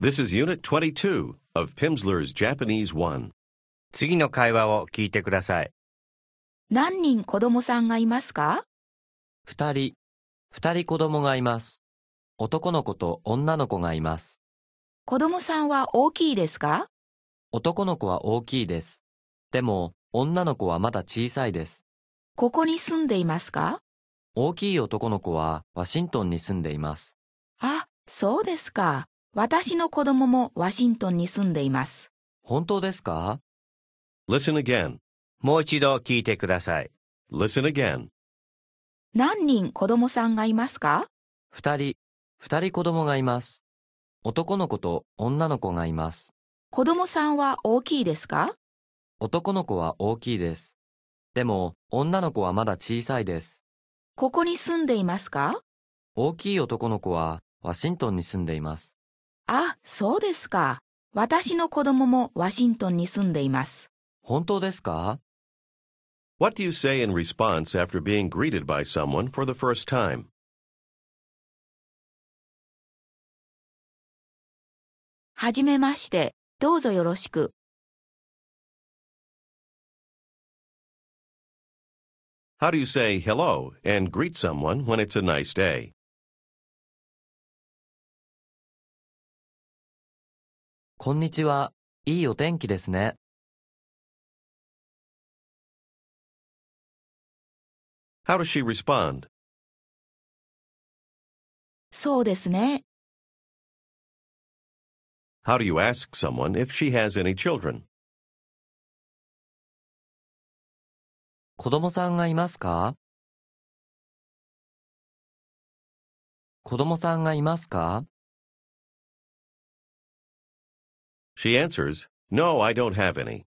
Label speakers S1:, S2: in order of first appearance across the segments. S1: This is Unit 22 of Pimsleur's Japanese 1.
S2: 次の会話を聞いてください。
S3: 何人子供さんがいますか
S4: 二人、二人子供がいます。男の子と女の子がいます。
S3: 子供さんは大きいですか
S4: 男の子は大きいです。でも、女の子はまだ小さいです。
S3: ここに住んでいますか
S4: 大きい男の子はワシントンに住んでいます。
S3: あ、そうですか。私の子供もワシントンに住んでいます。
S4: 本当ですか
S1: Listen again.
S2: もう一度聞いてください。
S1: Listen again.
S3: 何人子供さんがいますか
S4: 二人、二人子供がいます。男の子と女の子がいます。
S3: 子供さんは大きいですか
S4: 男の子は大きいです。でも、女の子はまだ小さいです。
S3: ここに住んでいますか
S4: 大きい男の子はワシントンに住んでいます。
S3: あ、そうですか。私の子供もワシントンに住んでいます。
S4: 本当ですか
S1: What do you say in response after being greeted by someone for the first time?
S3: はじめまして。どうぞよろしく。
S1: How do you say hello and greet someone when it's a nice day?
S4: こんにちは。いいお天気ですね。
S1: How does she respond?
S3: そうですね。
S1: How do you ask someone if she has any children?
S4: 子供さんがいますか子供さんがいますか
S1: She answers, No, I don't have any.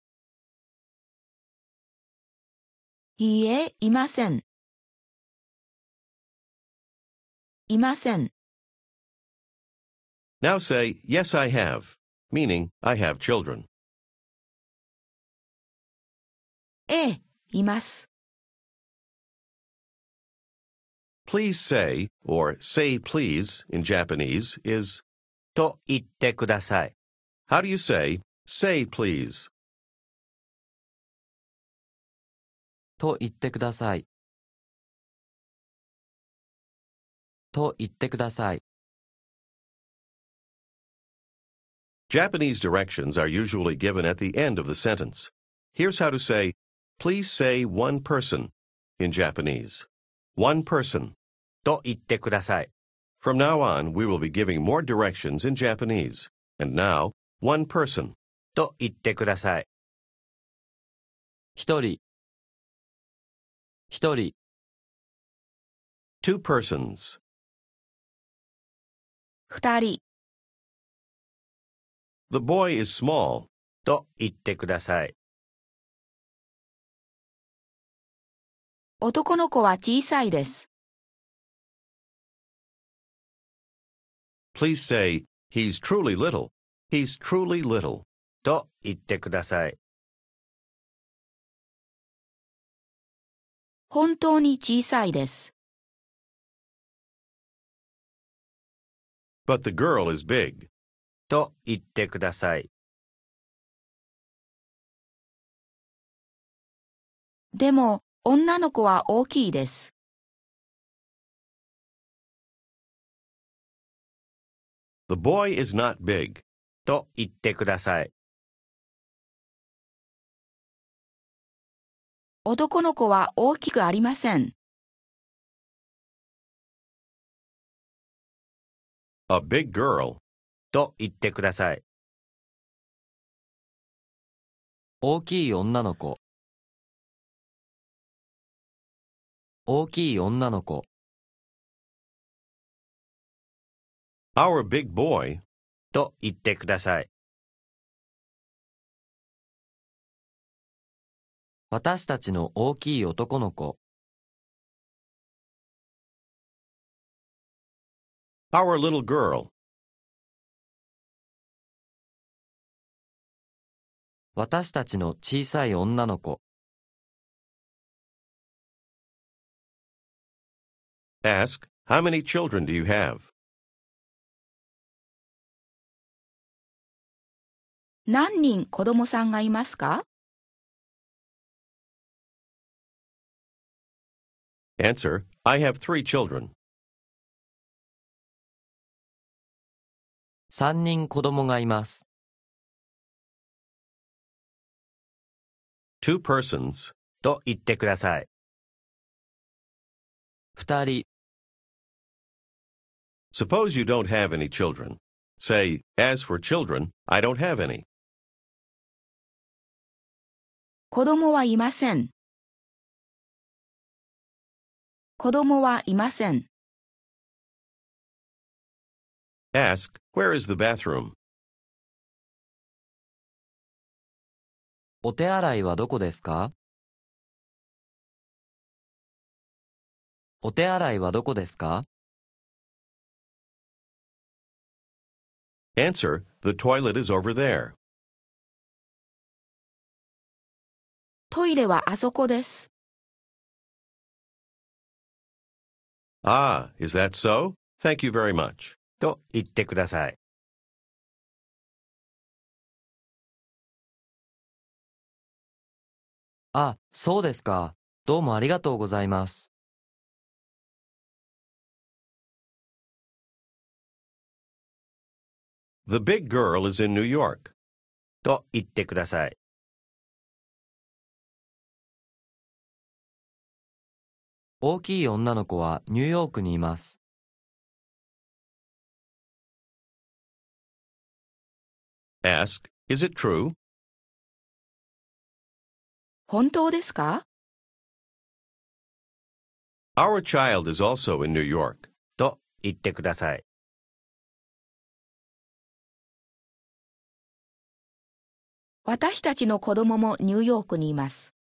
S3: いいえ、いません。いません。
S1: Now say, Yes, I have, meaning I have children.
S3: ええ、います。
S1: Please say, or say please in Japanese, is
S2: と言ってください。
S1: how do you say, say please?
S4: と言ってください。と言ってください。
S1: Japanese directions are usually given at the end of the sentence. Here's how to say, please say one person in Japanese. One person.
S2: と言ってください。
S1: From now on, we will be giving more directions in Japanese. And now, one person.
S2: と言ってください。
S4: 一人。一人。
S1: Two persons.
S3: 二人、
S1: The boy is small.
S2: と言ってください。
S3: 男の子は小さいです。
S1: Please say, he's truly little. He's truly little.
S2: と言ってください。
S3: 本当に小さいです。
S1: But the girl is big.
S2: と言ってください。
S3: でも、女の子は大きいです。
S1: The boy is not big.
S2: と言ってください。
S3: 男の子は大きくありません。
S1: A big girl.
S2: と言ってください。
S4: 大きい女の子。大きい女の子。
S1: Our big boy.
S2: と言ってください。
S4: 私たちの大きい男の子。
S1: Our little girl.
S4: 私たちの小さい女の子。
S1: Ask, how many children do you have?
S3: 何人子供さんがいますか
S1: Answer I have three children.
S4: 3人子供がいます。
S1: Two persons.
S2: と言ってください。
S4: 2人、
S1: Suppose you don't have any children. Say, As for children, I don't have any.
S3: 子供はいません。子供はいません。
S1: Ask, Where is the bathroom?
S4: お手洗いはどこですかお手洗いはどこですか
S1: Answer The toilet is over there.
S3: トイレはあそこです。
S1: Ah, is that so? Thank you very much.
S2: と言ってください。
S4: あ、そうですか。どうもありがとうございます。
S1: The big girl is in New York.
S2: と言ってください。
S4: 大きい女の子はニューヨークにいます。
S1: Ask, Is it true?
S3: 本当ですか
S1: Our child is also in New York.
S2: と言ってください。
S3: 私たちの子供もニューヨークにいます。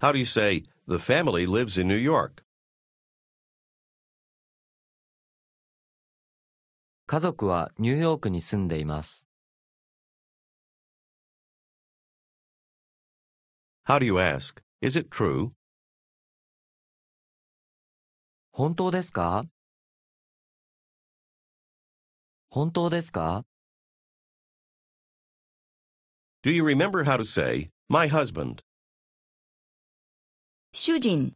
S1: How do you say, The family lives in New York?
S4: 家族はニューヨークに住んでいます。
S1: How do you ask, Is it true?
S4: 本当ですか本当ですか
S1: Do you remember how to say, My husband?
S3: 主人。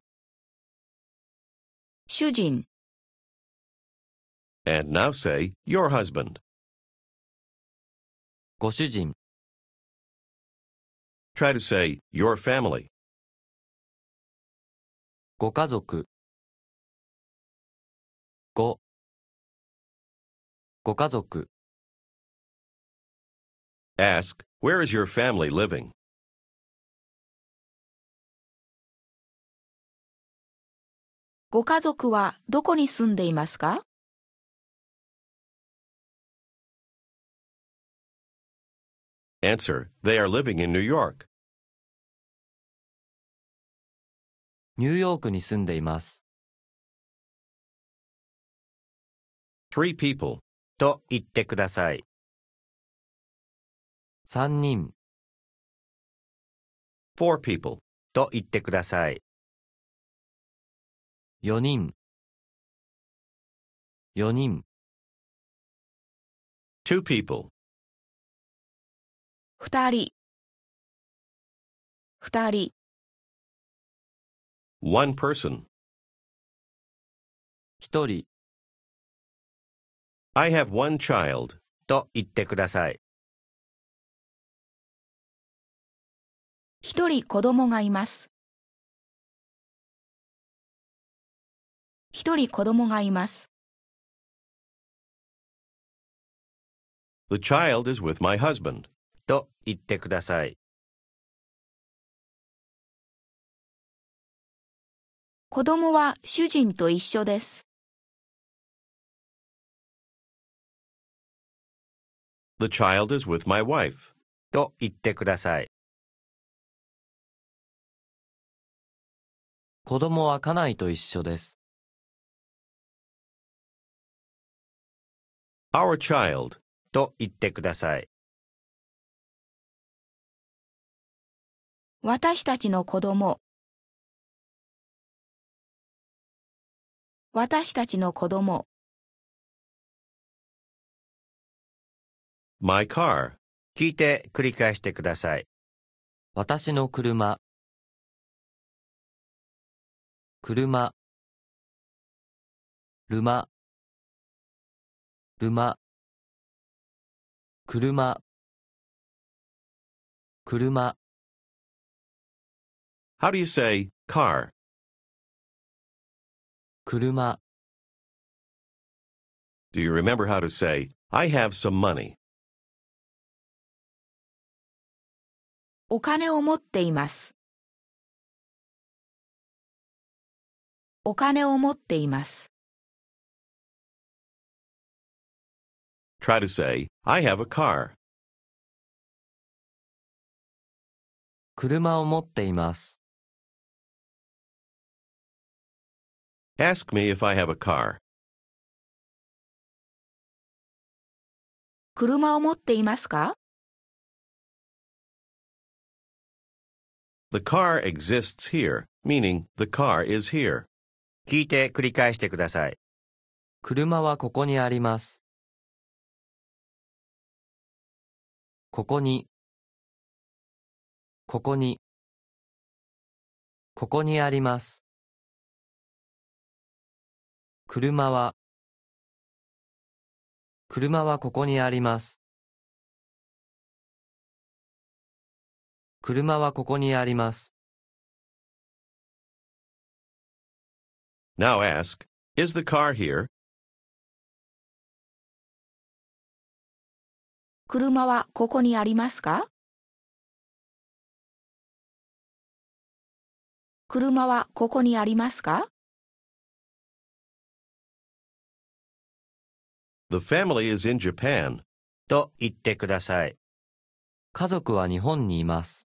S3: 主人。
S1: And now say, Your husband.
S4: ご主人、
S1: Try to say, Your family.
S4: ご家族。ご、ご家族。
S1: Ask, Where is your family living?
S3: ご家族はどこに住んでいますか
S1: Answer, They are living in New York.
S4: ニューヨークに住んでいます。
S1: Three people.
S2: と言ってください。
S4: 三人、
S1: Four people.
S2: と言ってください。
S4: 四人。四人、
S1: Two people.
S3: 二人。二人。
S1: One person.
S4: 一人、
S1: I have one child.
S2: と言ってください。
S3: 一人子供がいます。一人子供がいます。
S1: The child is with my husband.
S2: と言ってください。
S3: 子供は主人と一緒です。
S1: The child is with my wife.
S2: と言ってください。
S4: 子供は家内と一緒です。
S1: Our child.
S2: と言ってください。
S3: 私たちの子供。私たちの子供。
S1: My car.
S2: 聞いて繰り返してください。
S4: 私の車。車。るま。るま。車。車。
S1: How do you say car?
S4: 車。
S1: Do you remember how to say, I have some money?
S3: お金を持っています。お金を持っています。
S1: Try to say, I have a car.
S4: 車を持っています。
S1: Ask me if I have a car.
S3: 車を持っていますか
S1: The car exists here, meaning the car is here.
S2: 聞いて繰り返してください。
S4: 車はここにあります。ここに。ここに。ここにあります。車は。車はここにあります。車はここにあります。
S1: Now ask, is the car here?
S3: 車はここにありますか車はここにありますか
S1: The family is in Japan.
S2: と言ってください。
S4: 家族は日本にいます。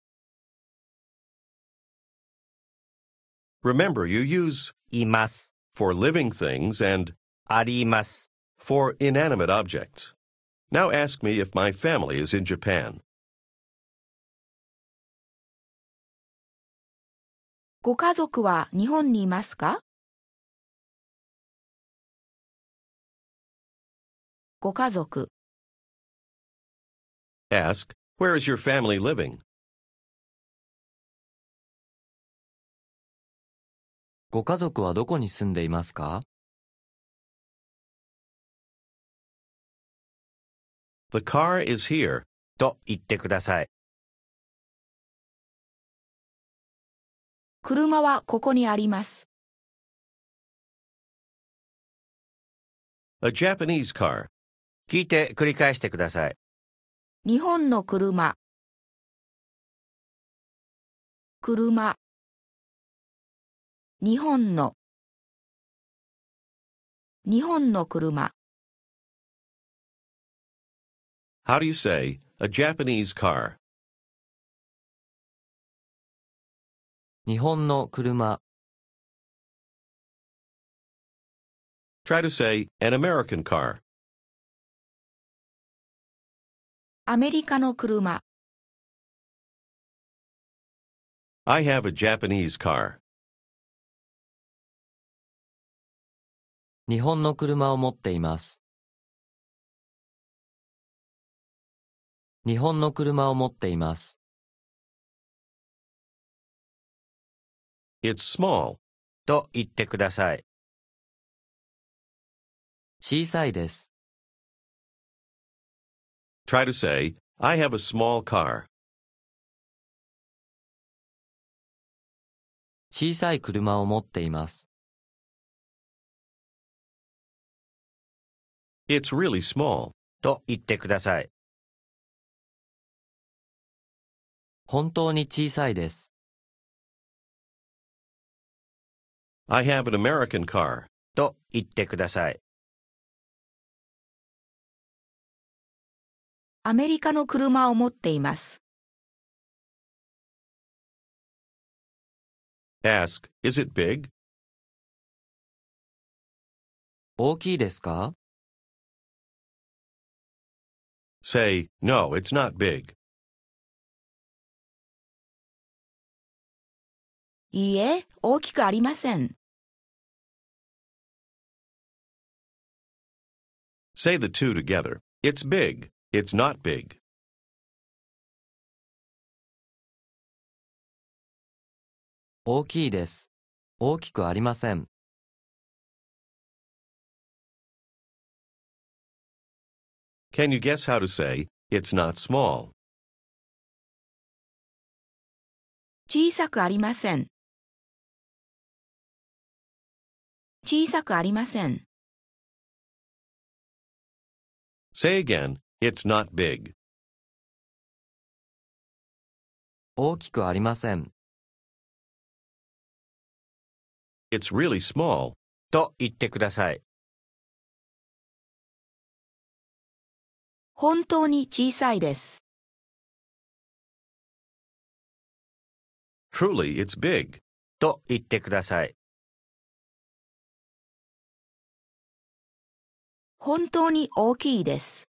S1: Remember, you use
S2: います。
S1: for living things and
S2: あります。
S1: for inanimate objects. Now ask me if my family is in Japan.
S3: ご家族は日本にいますかご家族、
S1: Ask, where is your family living?
S4: ご家族はどこに住んでいますか
S1: The car is here.
S2: と言ってください。
S3: 車はここにあります。
S1: A Japanese car.
S2: 聞いて繰り返してください。
S3: 日本の車。車。日本の。日本の車。
S1: How do you say a Japanese car?
S4: 日本の車。
S1: Try to say an American car.
S3: アメリカの車。
S1: I have a Japanese car.
S4: 日本の車を持っています。日本の車を持っています。
S1: It's small.
S2: と言ってください。
S4: 小さいです。
S1: Try to say, I have a small car.
S4: 小さい車を持っています。
S1: It's really small.
S2: と言ってください。
S4: 本当に小さいです。
S1: I have an American car.
S2: と言ってください。
S3: アメリカの車を持っています。
S1: Ask, is it big?
S4: 大きいですか
S1: Say, no, it's not big.
S3: いいえ、大きくありません。
S1: Say the two together. It's big. It's not big.
S4: 大きいです。大きくありません。
S1: Can you guess how to say, It's not small?
S3: 小さくありません。小さくありません。
S1: Say again, It's not big.
S4: 大きくありません。
S1: It's really small.
S2: と言ってください。
S3: 本当に小さいです。
S1: Truly, it's big.
S2: と言ってください。
S3: 本当に大きいです。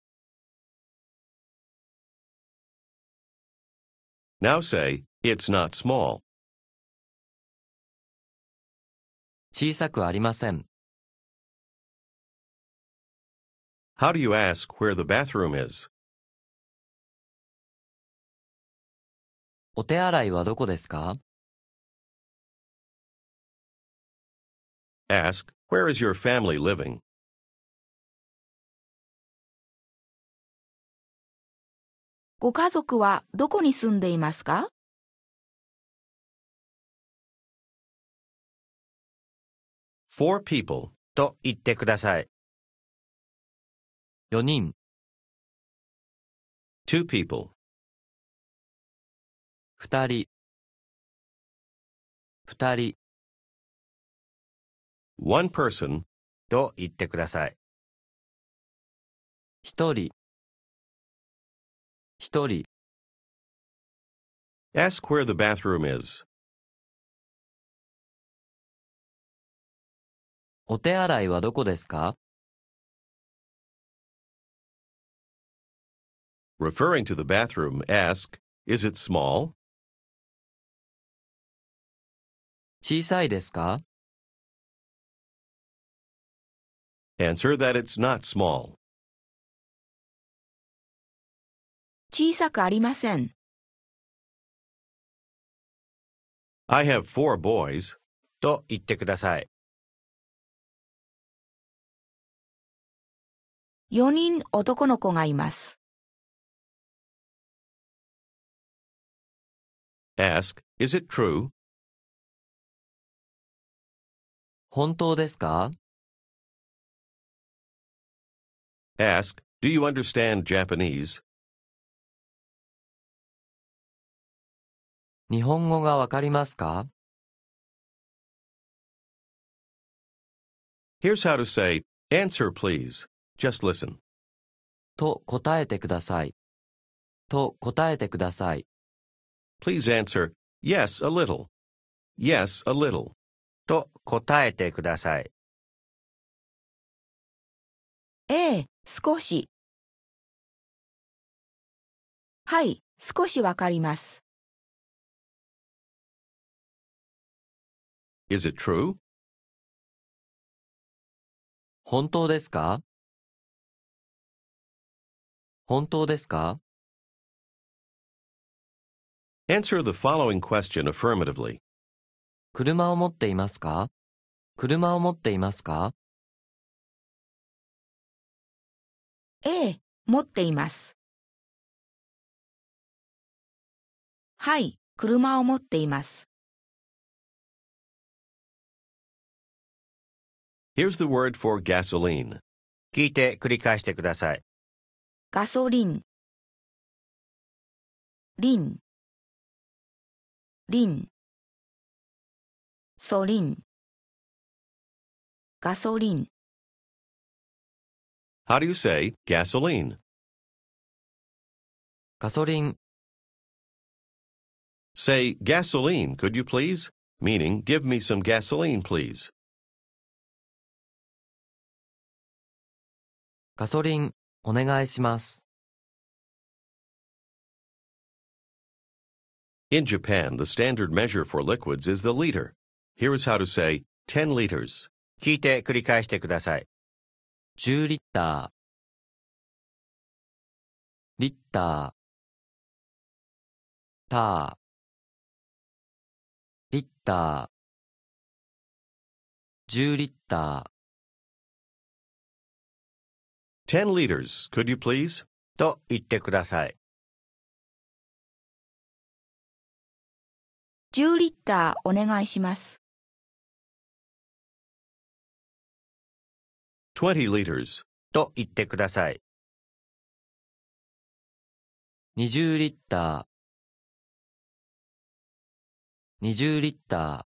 S1: Now say, It's not small.
S4: 小さくありません。
S1: How do you ask where the bathroom is?
S4: お手洗いはどこですか
S1: Ask, Where is your family living?
S3: ご家族はどこに住んでいますか
S1: Four people.
S2: と言ってください。
S4: ?4 人、
S1: Two people.
S4: 2人。2人、
S1: One person.
S2: と言ってください。
S4: 1人。1人、
S1: Ask where the bathroom is.
S4: お手洗いはどこですか
S1: Referring to the bathroom, ask, Is it small?
S4: 小さいですか
S1: Answer that it's not small.
S3: 小さくありません。
S1: I have four boys.
S2: と言ってください。
S3: 4人男の子がいます。
S1: Ask, Is it true?
S4: 本当ですか
S1: Ask, Do you understand Japanese?
S4: 日本語がわかりますか
S1: Here's how to say, Answer, please. Just listen.
S4: と答えてください。と答えてください。
S1: Please answer, Yes, a little. Yes, a little.
S2: と答えてください。
S3: ええ、少し。はい、少しわかります。
S1: Is it true?
S4: 本当ですか本当ですか
S1: Answer the following question affirmatively.
S4: 車を持っていますか車を持っていますか
S3: ええ、持っています。はい、車を持っています。
S1: Here's the word for gasoline.
S2: 聞いて繰り返してください。
S3: ガソリン。リン。リン。ソリン。ガソリン。
S1: How do you say gasoline?
S4: ガソリン、
S1: Say gasoline, could you please? Meaning, give me some gasoline, please.
S4: ガソリン、お願いします。
S1: In Japan, the standard measure for liquids is the liter. Here is how to say 10 liters.
S2: 聞いて繰り返してください。
S4: 10リッター。リッター、ター、リッター、10リッター、
S1: 10 liters, could you please?
S2: と言ってください。
S3: 10リッターお願いします。
S1: 20 liters,
S2: と言ってください。
S4: 20リッター、20リッタ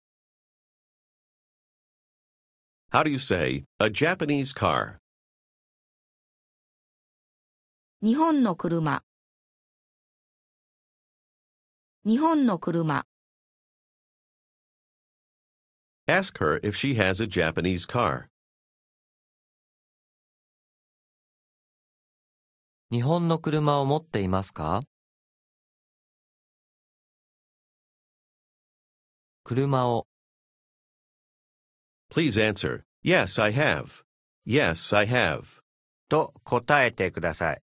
S4: ー、
S1: How do you say, a Japanese car?
S3: 日本の車。日本の車。
S1: Ask her if she has a Japanese car.
S4: 日本の車を持っていますか車を
S1: Please answer, Yes, I have. Yes, I have.
S2: と答えてください。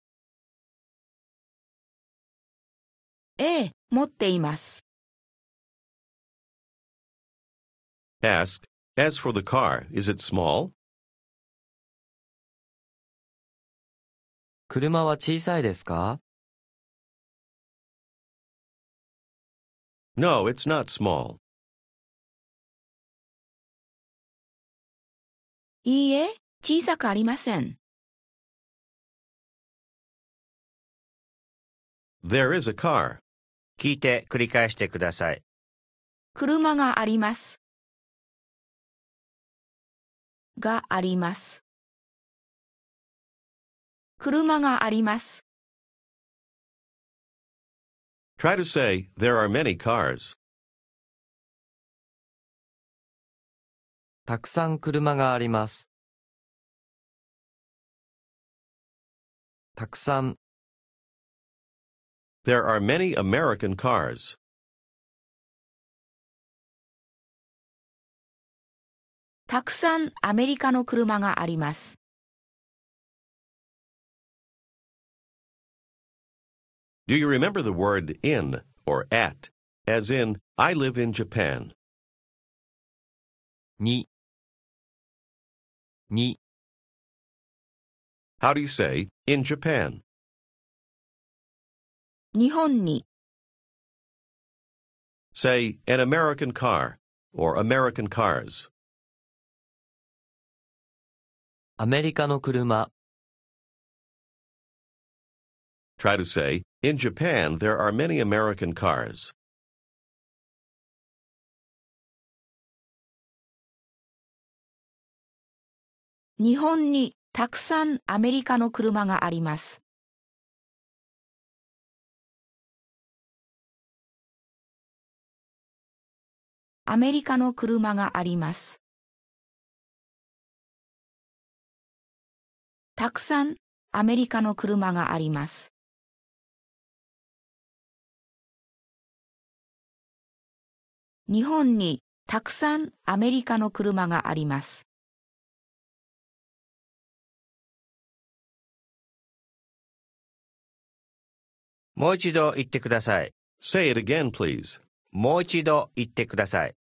S3: ええ、持っています。
S1: Ask, As for the car, is it small?
S4: 車は小さいですか
S1: No, it's not small.
S3: いいえ、小さくありません。
S1: There is a car.
S2: 聞いて繰り返してください。
S3: 車があります。があります。車があります。
S1: Try to say, There are many cars.
S4: たくさん車があります。たくさん
S1: There are many American cars.
S3: たくさんアメリカの車があります。
S1: Do you remember the word in or at? As in, I live in Japan.
S4: にに
S1: How do you say, in Japan?
S3: 日本に
S1: Say, an American car or American cars.
S4: アメリカの車
S1: Try to say, in Japan, there are many American cars.
S3: 日本にたくさんアメリカの車があります。アメリカの車があります。たくさんアメリカの車があります。日本にたくさんアメリカの車があります。
S2: もう一度言ってください。
S1: Say it again, please.
S2: もう一度言ってください。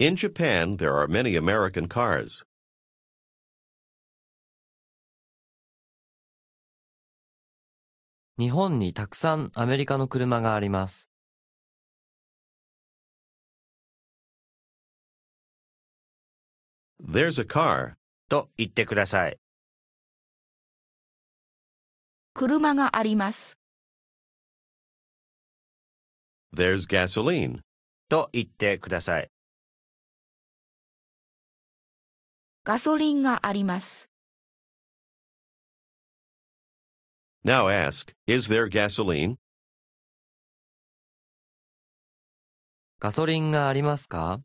S1: In Japan, there are many American cars.
S4: 日本にたくさんアメリカの車があります。
S1: There's a car.
S2: と言ってください。
S3: 車があります。
S1: There's gasoline.
S2: と言ってください。
S3: ガソリンがあります。
S1: Now ask, is there gasoline?
S4: ガソリンがありますか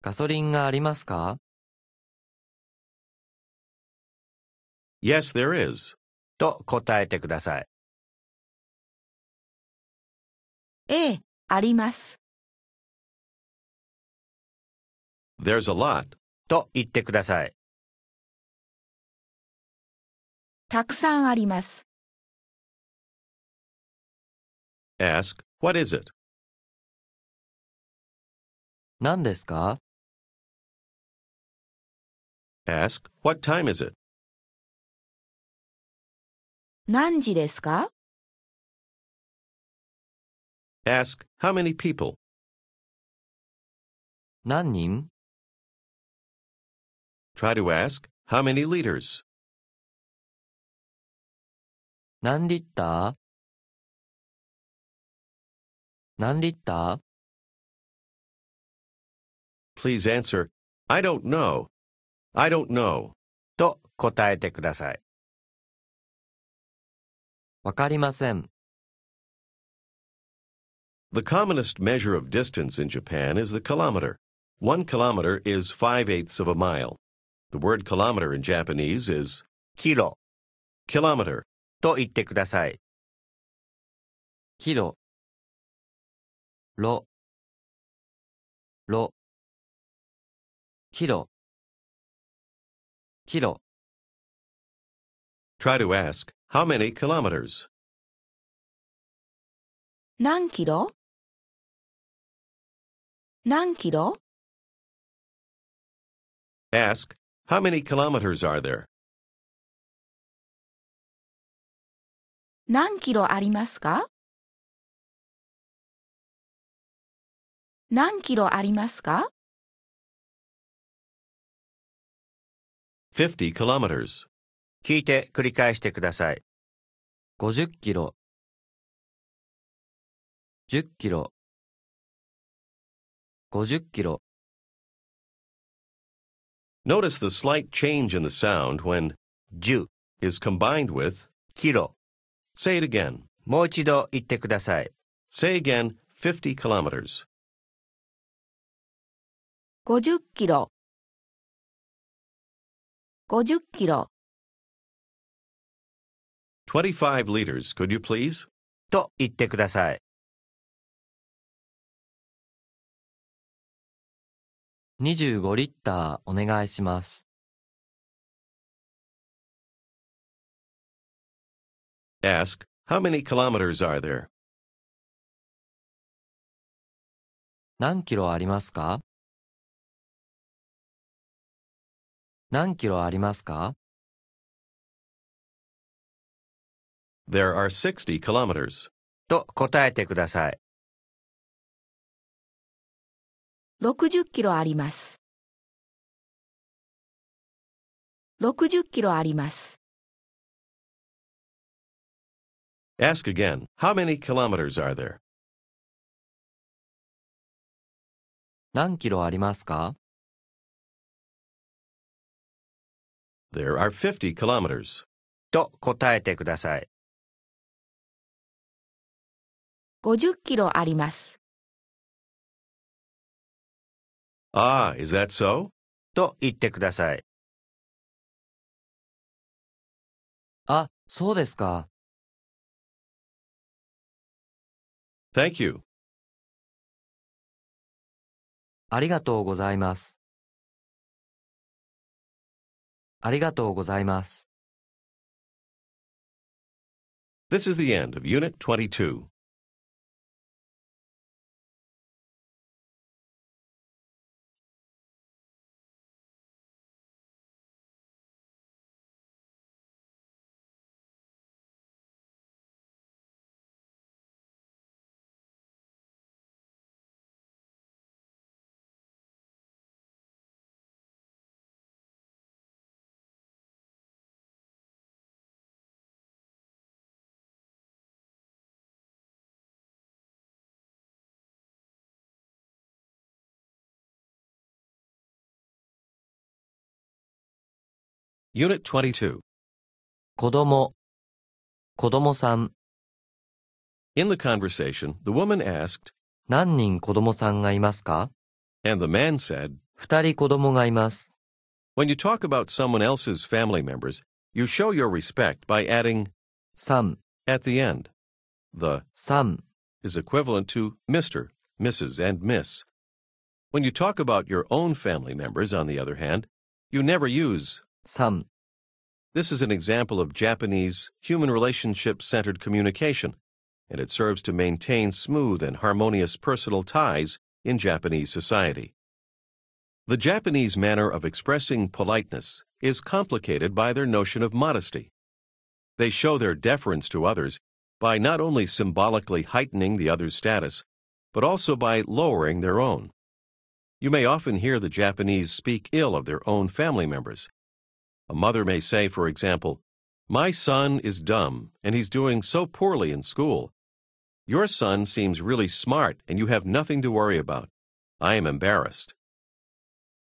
S4: ガソリンがありますか
S1: Yes, there is.
S2: と答えてください。
S3: ええ、あります。
S1: There's a lot.
S2: と言ってください。
S3: たくさんあります。
S1: Ask, What is it?
S4: 何ですか
S1: Ask, What time is it?
S3: 何時ですか
S1: Ask, How many people?
S4: 何人
S1: Try to ask, How many liters?
S4: 何リッター何リッター
S1: Please answer, I don't know. I don't know.
S2: と答えてください。
S4: わかりません。
S1: The commonest measure of distance in Japan is the kilometer. One kilometer is five eighths of a mile. The word kilometer in Japanese is
S2: キロ
S1: kilometer.
S2: と言ってください。
S4: キロ。ロ。ロ。キロ。キロ。
S1: Try to ask, How many kilometers?
S3: 何キロ何キロ
S1: Ask, How many kilometers are there?
S3: 何キロありますか何キロありますか
S1: 50 kilometers.
S2: 聞いて繰り返してください。
S4: 50キロ。10キロ。50キロ。
S1: Notice the slight change in the sound when
S2: 10
S1: is combined with.
S2: キロ。
S1: Say it again.
S2: もう一度言ってください。
S1: Say again, 50 kilometers.
S3: 50キロ50キロ
S1: 25 liters, could you please?
S2: と言ってください。
S4: 25リッターお願いします。
S1: Ask, How many kilometers are there?
S4: 何キロありますか何キロありますか
S1: There are 60 kilometers.
S2: と答えてください。
S3: 60キロあります60キロあります
S1: Ask again, How many kilometers are there?
S4: 何キロありますか
S1: There are 50 kilometers.
S2: と答えてください。
S3: 50キロあります。
S1: Ah, is that so?
S2: と言ってください。
S4: あ、そうですか。
S1: Thank you.
S4: ありがとうございます。ありがとうございます。
S1: This is the end of Unit 22. Unit 22.
S4: 子供、子供さん、
S1: In the conversation, the woman asked,
S4: 何人子供さんがいますか
S1: and the man said,
S4: 二人子供がいます。
S1: When you talk about someone else's family members, you show your respect by adding
S4: 三、
S1: at the end. The
S4: 三、
S1: is equivalent to Mr., Mrs., and Miss. When you talk about your own family members, on the other hand, you never use.
S4: 三。
S1: This is an example of Japanese human relationship centered communication, and it serves to maintain smooth and harmonious personal ties in Japanese society. The Japanese manner of expressing politeness is complicated by their notion of modesty. They show their deference to others by not only symbolically heightening the other's status, but also by lowering their own. You may often hear the Japanese speak ill of their own family members. A mother may say, for example, My son is dumb and he's doing so poorly in school. Your son seems really smart and you have nothing to worry about. I am embarrassed.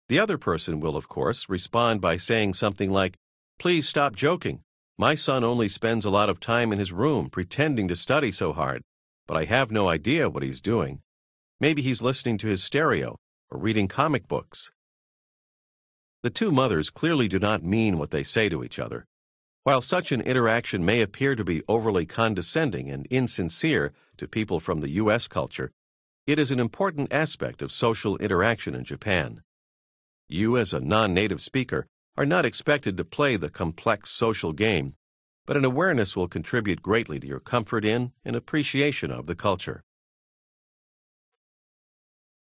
S1: The other person will, of course, respond by saying something like, Please stop joking. My son only spends a lot of time in his room pretending to study so hard, but I have no idea what he's doing. Maybe he's listening to his stereo or reading comic books. The two mothers clearly do not mean what they say to each other. While such an interaction may appear to be overly condescending and insincere to people from the U.S. culture, it is an important aspect of social interaction in Japan. You, as a non native speaker, are not expected to play the complex social game, but an awareness will contribute greatly to your comfort in and appreciation of the culture.